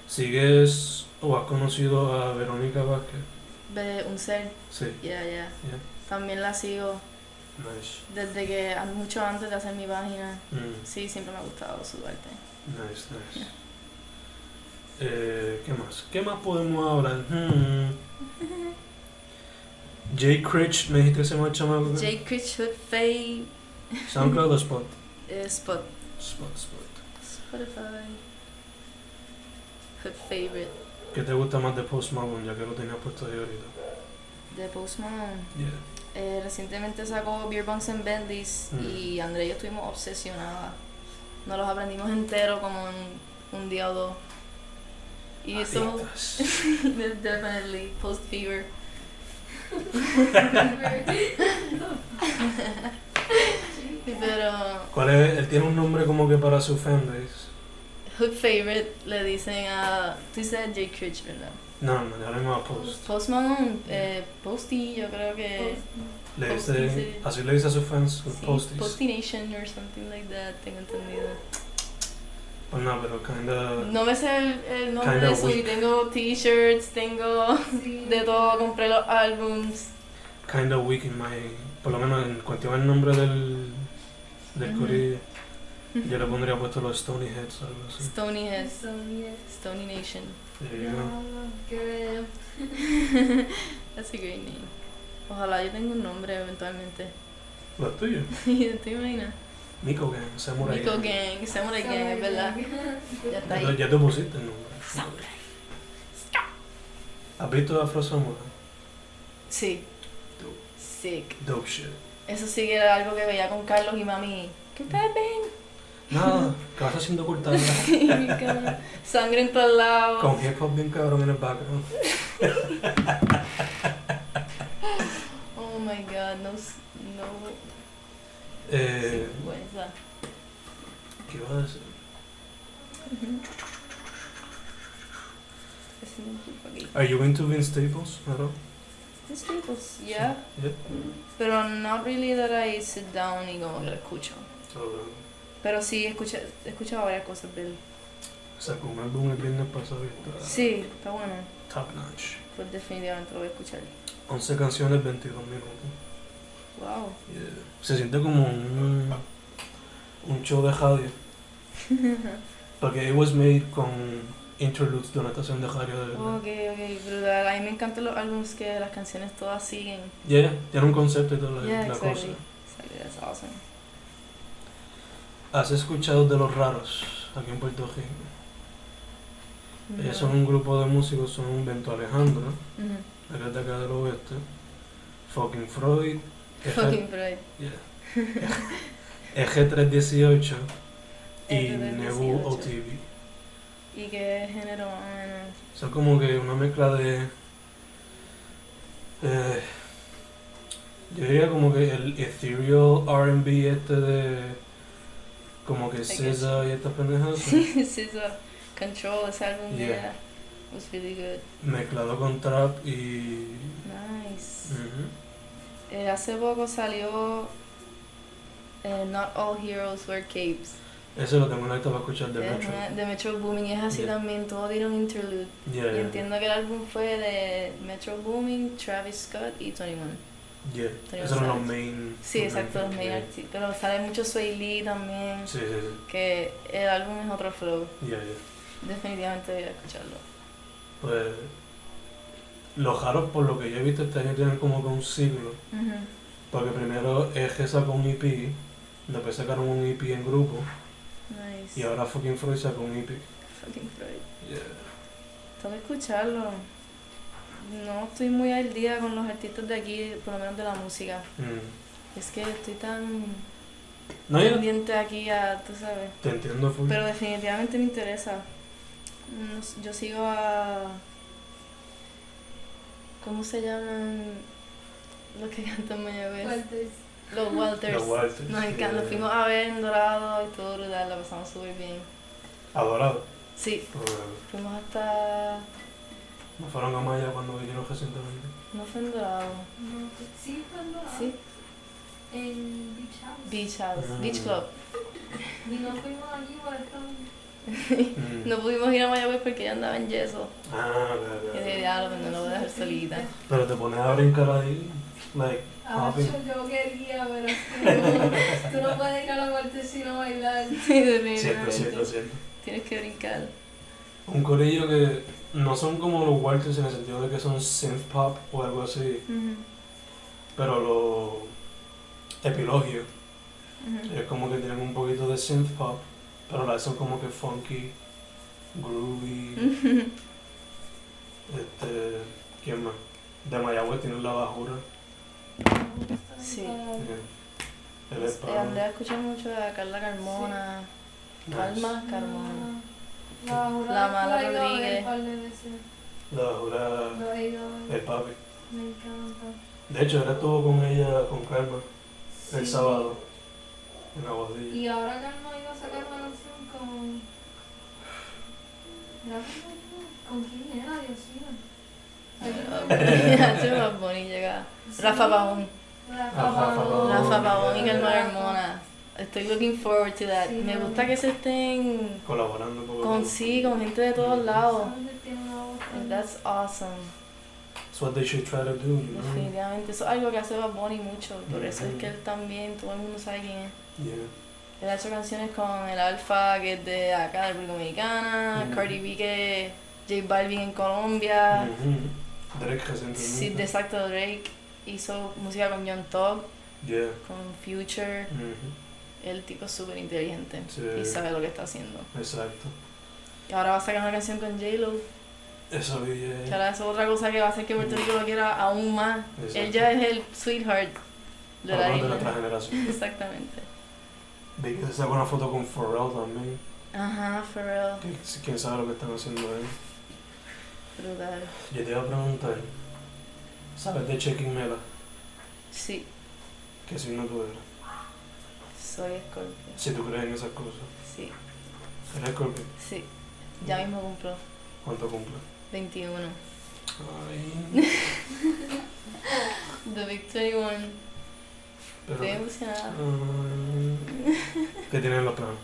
¿Sigues o has conocido a Verónica Vázquez?
De un ser,
Sí.
ya, ya.
Yeah.
También la sigo
Nice.
desde que mucho antes de hacer mi página.
Mm,
Sí, siempre me ha gustado su arte.
nice, nice. Eh, ¿Qué más? ¿Qué más podemos hablar? Hmm. Jay Critch, me dijiste que se llama el chamaco.
Jake Critchwood, Faye, [LAUGHS]
SoundCloud o Spot.
eh, Spot,
Spot, Spot.
Spotify. Hood favorite
¿Qué te gusta más de Post Malone, ya que lo tenías puesto ahí ahorita?
de Post Malone.
Yeah.
Eh, recientemente sacó Beer Bongs and Bendis
Mm.
y Andrea y yo estuvimos obsesionadas. Nos los aprendimos entero como en un día o dos.
Ah,
Y eso, [LAUGHS]
Adictas.
definitely, post fever. Pero
¿Cuál es? Él tiene un nombre como que para su fanbase.
Hood Favorite le dicen a. Tú dices Jay Critch, ¿verdad?
No, no, ya no a Post.
Post Malone, eh, Posty, yo creo que.
Le
Posty,
dice,
sí.
así le dice a sus fans, los
Sí,
Posties.
Posty Nation or something like that, tengo entendido.
Pues no, pero kinda...
No me sé el, el nombre
Kinda
de eso y
weak.
tengo t-shirts, tengo
Sí.
de todo, compré los álbums.
Kinda weak in my... Por lo menos en cuanto al nombre del... Del
Ujú.
corillo, yo le pondría puesto los Stony Heads o algo así.
Stony Heads,
Eso, bien.
Stony Nation.
There you
Ah.
go.
No, qué bello.
That's a great name. Ojalá yo tenga un nombre eventualmente. [LAUGHS]
Lo tuyo.
¿Te imaginas?
Miko Gang, Samurai
Nico
Gang.
Gang, Samurai Gang, es
[LAUGHS]
verdad. Ya está
Ya,
ahí.
ya te pusiste el nombre. ¿Has visto Afro Samurai?
Sí.
Dope.
Sick.
Dope
[LAUGHS]
shit.
Eso sí que era algo que veía con Carlos y mami. ¿Qué ustedes ven?
Nada, que vas haciendo
[LAUGHS]
cortada.
Sí, mi cara. Sangre en todos lados.
Con hip hop bien cabrón en el background.
Oh my god, no. s- No.
Eh,
Vergüenza.
¿Qué iba a decir?
Es un tipo aquí.
Are you into Vince Staples at all?
These peoples, yeah.
Yeah.
pues, Pero not really that I sit down y como que lo escucho.
Oh,
Pero sí, escucha- he escuchado varias cosas de él.
Sacó un álbum el viernes pasado y está
Sí, está bueno.
top notch.
Pues definitivamente lo voy a escuchar.
11 canciones, 22 minutos.
Wow.
Yeah. Se siente como un, un show de
[LAUGHS]
radio. Porque it was made con interludes de una canción de radio de verdad.
Ok, ok, brutal. A mí me encantan los álbumes que las canciones todas siguen.
Yeah, tiene un concepto y toda la,
Yeah,
la
exactly.
cosa.
Exactly, that's awesome.
¿Has escuchado de los raros aquí en Puerto Rico?
No.
Ellos son un grupo de músicos, son Bento Alejandro,
Ujú.
el de acá del oeste, Fucking Freud, EG
Fucking Freud.
yeah. EG318 y
EG318.
Nebu OTV.
¿Y qué género más o [LAUGHS] menos?
Son como que una mezcla de. eh, yo diría como que el ethereal RB este de. Como que
guess.
SZA y estas pendejas.
This is a control, ese álbum de
Yeah.
ella was really good.
Mezclado con trap y.
Nice.
Mm. ujú.
Eh, hace poco salió eh, Not All Heroes Wear Capes.
Eso lo tengo en acto para escuchar de
Es
Metro.
una- de Metro Booming. Es así
Yeah.
también, todo tiene un interlude.
Yeah,
Y
yeah,
entiendo que el álbum fue de Metro Booming, Travis Scott y 21.
yeah.
Tenía
Esos eran los
sabes.
main.
Sí,
los
exacto, los main
yeah.
artistas. Pero sale mucho Sway Lee también.
Sí, sí, sí.
Que el álbum es otro flow.
Yeah, yeah.
Definitivamente voy a escucharlo.
Pues. Los raros, por lo que yo he visto, este año tienen como que un siglo. Porque primero Eje sacó un EP, después sacaron un EP en grupo,
Nice.
y ahora fucking Freud sacó un E EP.
Fucking Freud.
Yeah.
Tengo que escucharlo. No estoy muy al día con los artistas de aquí, por lo menos de la música.
Mm.
Es que estoy tan
No, yo
pendiente aquí a, tú sabes.
te entiendo full.
Pero definitivamente me interesa. No s- Yo sigo a. ¿Cómo se llaman los que cantan Mayagüez?
Walters.
Los Walters.
Los Walters,
Nos encan-
yeah.
Los fuimos a ver en Dorado y todo brutal, la pasamos súper bien.
Adorado.
Sí,
Pues,
fuimos hasta.
me fueron a Maya cuando vinieron recientemente.
No fue en Dorado.
No, pues, sí, cuando
Sí,
en Beach House.
Beach House,
Ah.
Beach Club.
Y no fuimos allí por esto.
Mm.
No pudimos ir a Mayagüez porque ella andaba en yeso. [LAUGHS]
Ah, claro,
Y
claro.
de diálogo, no lo voy a dejar solita.
Pero te pones a brincar ahí, like,
Ah,
Papi.
yo- yo quería, pero es que no, tú no puedes ir a la muerte sino bailar.
Sí,
cierto, cierto,
definitivamente.
cierto.
Tienes que brincar.
Un corillo que no son como los Walters en el sentido de que son synth pop o algo así,
Ujú,
pero los epilogios
ujú.
Es como que tienen un poquito de synth pop, pero la son como que funky, groovy.
[LAUGHS]
este, ¿Quién más? De Mayagüez tienen la bajura.
Sí.
eh, El
Eh,
español.
Andrea escucha mucho a Carla Carmona, Calma
[LAUGHS]
Carmona. [LAUGHS]
La, jura
La
que
Mala
la he ido a ver
Rodríguez.
un par de veces.
La bajura
Lo he ido a ver.
el papi.
Me encanta.
De hecho, él estuvo con ella, con Calma, el
Sí.
sábado, en Aguadilla.
Y ahora Carmen iba a sacar una canción con. ¿Era con- ¿Con quién era? Dios mío.
Ya, yo, Bad Bunny llega. Rafa Pavón.
Rafa
Rafa
Pavón.
Pavón.
Rafa Pavón y Carla
Rafa.
Carmona. Estoy looking forward to that.
Sí.
Me gusta que se estén
Colaborando un poco
con sí, con gente de todos lados.
Solamente tiene una voz
And
tan-
that's awesome.
It's what they should try to do, you know?
Definitivamente. Eso es algo que hace Bad Bunny mucho. Por eso es
Ujú.
que él también, todo el mundo sabe quién es.
Yeah.
Él ha hecho canciones con el Alfa, que es de acá, de República Dominicana,
Ujú.
Cardi B, que es J Balvin en Colombia,
Ujú. Mm-hmm. Drake recientemente.
Sid de Exacto Drake hizo música con Young Thug,
Yeah.
con Future.
Ujú.
El tipo es súper inteligente y
Sí,
sabe lo que está haciendo.
exacto.
Y ahora va a sacar una canción con J-Lo,
Eso vi. eh.
que ahora es otra cosa que va a hacer que Puerto Rico lo quiera aún más.
Exacto.
Él ya es el sweetheart de la
Hablando de nuestra
isla.
generación.
Exactamente.
Vi que se sacó una foto con Pharrell también.
Ajá, for real.
que si- Quién sabe lo que están haciendo ahí.
Brutal.
Yo te iba a preguntar, ¿sabes de Checking Mela?
Sí,
Que si no tú eres.
soy Scorpio.
Si tú crees en esas cosas.
Sí,
¿Eres Scorpio?
sí. Ya mismo cumplo.
¿Cuánto cumple?
21.
Ay,
[LAUGHS] The Big 21.
pero...
Estoy emocionada. [LAUGHS]
Ay, ¿Qué tienen los planes?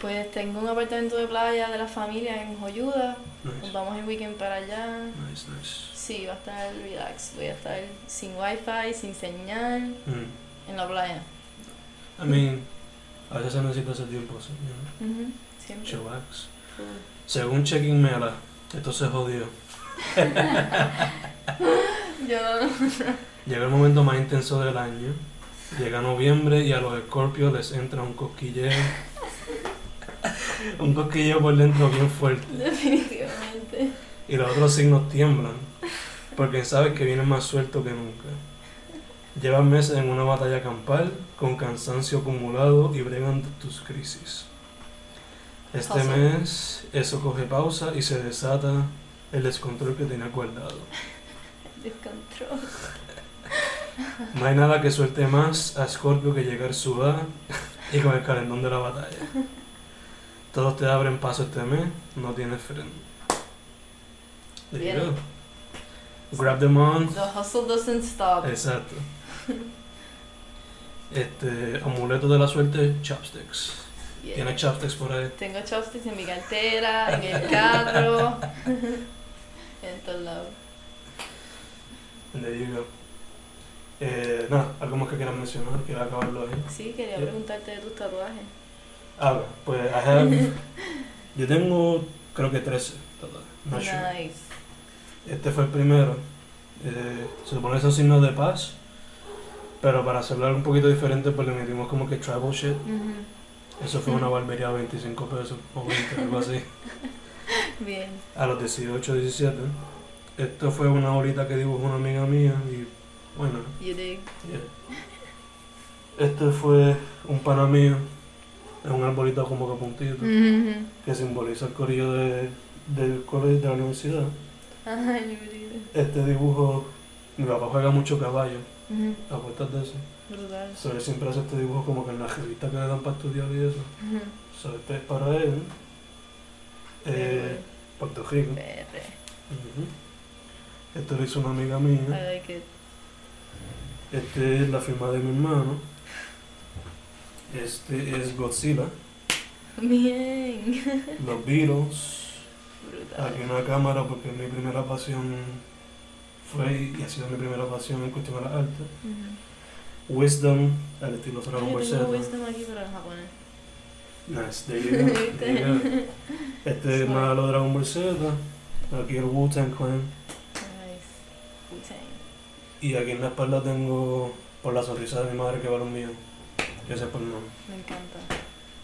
Pues tengo un apartamento de playa de la familia en Joyuda. Nos
Nice,
vamos el weekend para allá.
nice, nice.
Sí, va a estar relax. Voy a estar sin wifi, sin señal,
Mm.
en la playa.
I mean, a veces se necesita ese tiempo, así, you know,
Ujú, Siempre.
chillax.
full.
Según Checking Mela, esto se jodió.
Yo no.
Llega el momento más intenso del año. Llega noviembre y a los escorpios les entra un cosquilleo. un cosquilleo por dentro bien fuerte.
[LAUGHS] Definitivamente.
Y los otros signos tiemblan. Porque sabes que vienen más sueltos que nunca. Llevan meses en una batalla campal, con cansancio acumulado y bregan tus crisis. Este
Pausa.
mes, eso coge pausa y se desata el descontrol que tenía guardado.
Descontrol.
No hay nada que suelte más a Scorpio que llegar sudada y con el calentón de la batalla. Todos te abren paso este mes, no tienes freno. There you
Bien.
go. Grab the month. Eh,
The hustle doesn't stop.
Exacto. Este, amuleto de la suerte, chapsticks.
Yeah.
¿Tienes chapsticks por ahí?
Tengo chopsticks en mi cartera, en
[LAUGHS]
el carro, en todos lados.
There you go. Eh, nada, algo más que quieras mencionar, quiero acabarlo ahí.
Sí, quería
Yeah.
preguntarte de tus tatuajes.
Ah, pues I have, yo tengo creo que 13 total. Not sure.
Nice.
Este fue el primero. Eh, se supone que son signos de paz. Pero para hacerlo algo un poquito diferente, pues le metimos como que tribal shit.
Ujú.
Eso fue una barbería de 25 pesos o 20, algo así.
Bien.
A los 18, 17. Esto fue una horita que dibujó una amiga mía y bueno,
You dig.
yeah. Este fue un pana mío. Es un arbolito como que puntito,
Mhm.
que simboliza el corillo de- del colegio de la universidad.
Ay, you dig.
Este dibujo, mi papá juega mucho caballo,
Ujú.
apuestas de eso.
Brutal.
So, él siempre hace este dibujo como que en las revistas que le dan para estudiar y eso.
Ujú.
So, este es para él. Eh, Puerto Rico.
Perre.
Ujú. Esto lo hizo una amiga
I
mía.
like it.
Este es la firma de mi hermano. Este es Godzilla,
Bien.
los Beatles. Aquí
Brutal.
una cámara porque mi primera pasión fue y ha sido mi primera pasión en cuestión de la arte.
Ujú.
Wisdom, al estilo Dragon
Ay,
Ball
Ah, yo tengo
Z.
wisdom aquí, pero en japonés.
Nice, there you go, there you go. Este es más lo Dragon Ball Z. Aquí el Wu-Tang Clan.
Nice. Wu-Tang.
Y aquí en la espalda tengo por la sonrisa de mi madre que vale un millón. Que ese es por el nombre.
Me encanta.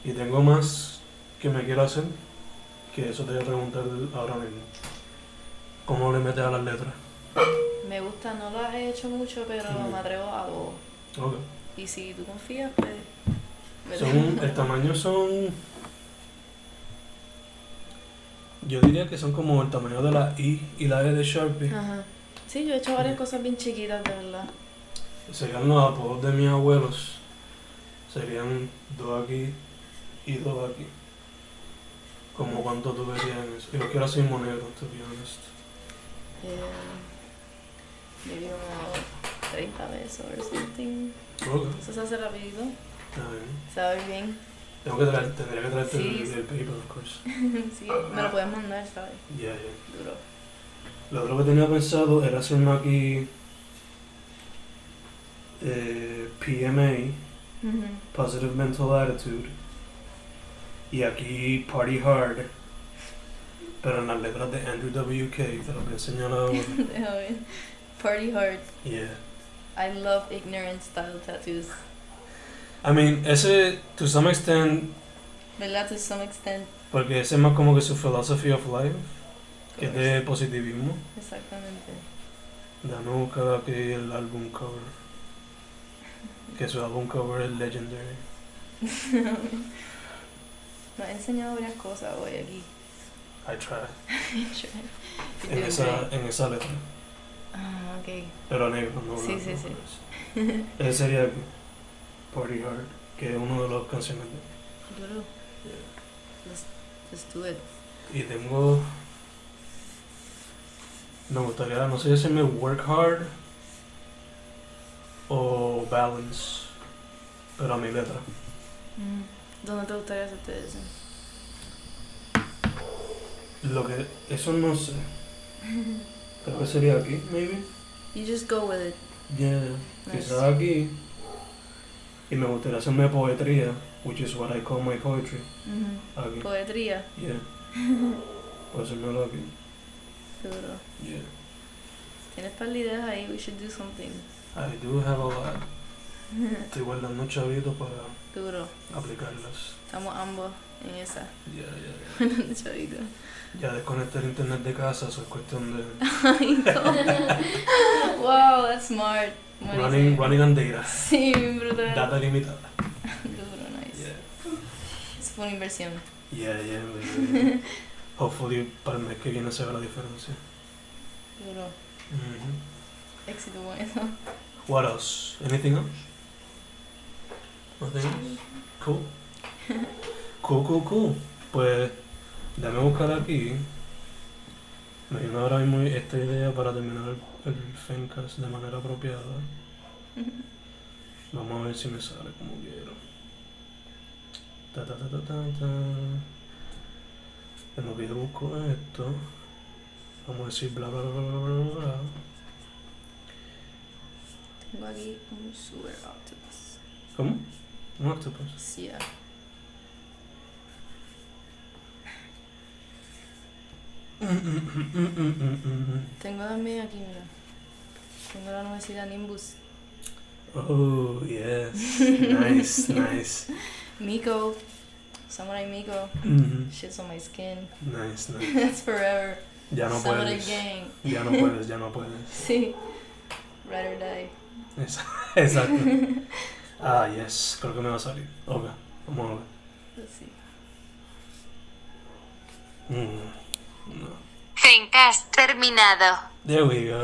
Y tengo más que me quiero hacer, que eso te voy a preguntar ahora mismo. ¿Cómo le metes a las letras?
Me gusta, no lo he hecho mucho, pero
Ujú.
me atrevo a dos.
Ok.
Y si tú confías, pues.
Son, el tamaño son... Yo diría que son como el tamaño de la I y la E de Sharpie.
Ajá. Sí, yo he hecho varias cosas bien chiquitas, de verdad.
Serían los apodos de mis abuelos. Serían dos aquí y dos aquí. Como cuánto tú verías en eso. Y lo quiero así monero, to be honest.
Eh, yo digo como 30 pesos o something.
Ok,
Eso se hace rapidito.
está bien.
¿Sabes bien?
Tengo que traer, tendría que traerte el,
Sí.
el paper, of course.
sí, me lo puedes mandar, ¿sabes?
Ya, ya.
Duro.
Lo otro que tenía pensado era hacerme aquí eh, PMA,
Ujú.
Positive Mental Attitude. Y aquí Party Hard. Pero en las letras de Andrew WK, te lo voy a enseñar ahora.
[LAUGHS] Déjame ver. Party hard.
Yeah.
I love ignorant style tattoos.
I mean, ese, to some extent,
¿Verdad? To some extent.
porque ese es más como que su philosophy of life, que es de positivismo.
Exactamente.
Déjame buscar aquí el álbum cover. Que su álbum cover es legendary.
[LAUGHS] Nos he enseñado varias cosas hoy
[LAUGHS]
aquí.
I tried. En
You're doing
esa,
great.
en esa letra.
Ah, ok.
Pero negro, no
Sí,
blanco,
sí, sí.
pues. Ese sería aquí, Party Hard, que es uno de los canciones. de-
Duro. Let's, let's do it.
Y tengo... Me gustaría, no sé si me Work Hard o Balance. Pero a mi letra.
Mm. ¿Dónde te gustaría hacerte eso?
Lo que. Eso no sé. Creo que sería aquí, maybe.
You just go with it.
Yeah. Quizás aquí. Y me gustaría hacerme poetría, which is what I call my poetry.
Ujú.
Aquí.
Poetría.
Yeah. Puedo hacérmelo aquí.
Duro.
Yeah.
Tienes par de ideas ahí, we should do something.
I do have a lot. Estoy guardando chavitos para
Duro.
aplicarlas.
Estamos ambos en esa. [LAUGHS]
Yeah, yeah, yeah.
Chavito.
Ya desconecté el internet de casa, eso es cuestión de
Ay,
[LAUGHS]
no. wow, that's smart.
running, running and data.
Sí, brutal.
Data limitada.
Duro, nice.
Yeah,
Eso fue una inversión.
yeah, yeah. yeah, yeah. Hopefully para el mes que viene se ve la diferencia.
Duro.
Mhm.
Éxito con eso.
What else? Anything else? Nothing else? Cool. Cool, cool, cool. Pues, dame buscar aquí. Me vino ahora mismo esta idea para terminar el, el Fencast de manera apropiada. Vamos a ver si me sale como quiero. Ta ta ta ta ta ta. En lo que yo busco esto. Vamos a decir bla bla bla bla bla bla. bla.
Tengo aquí un super octopus.
¿Cómo? pues? Un octopus.
Sí, ah. ya. Tengo también aquí, mira. Tengo la universidad Nimbus.
Oh, yes. Nice, nice.
Miko. Samurai Miko.
Mhm.
Shit's on my skin. [LAUGHS]
Nice, nice.
That's forever.
Ya no
Samurai
puedes.
Gang. [LAUGHS]
Ya no puedes, ya no puedes.
Sí. Ride or die.
Es- [LAUGHS] Exacto. Ah, yes. Creo que me va a salir. Ok, vamos a ver.
Let's see.
Mm, No.
Fencast terminado.
There we go.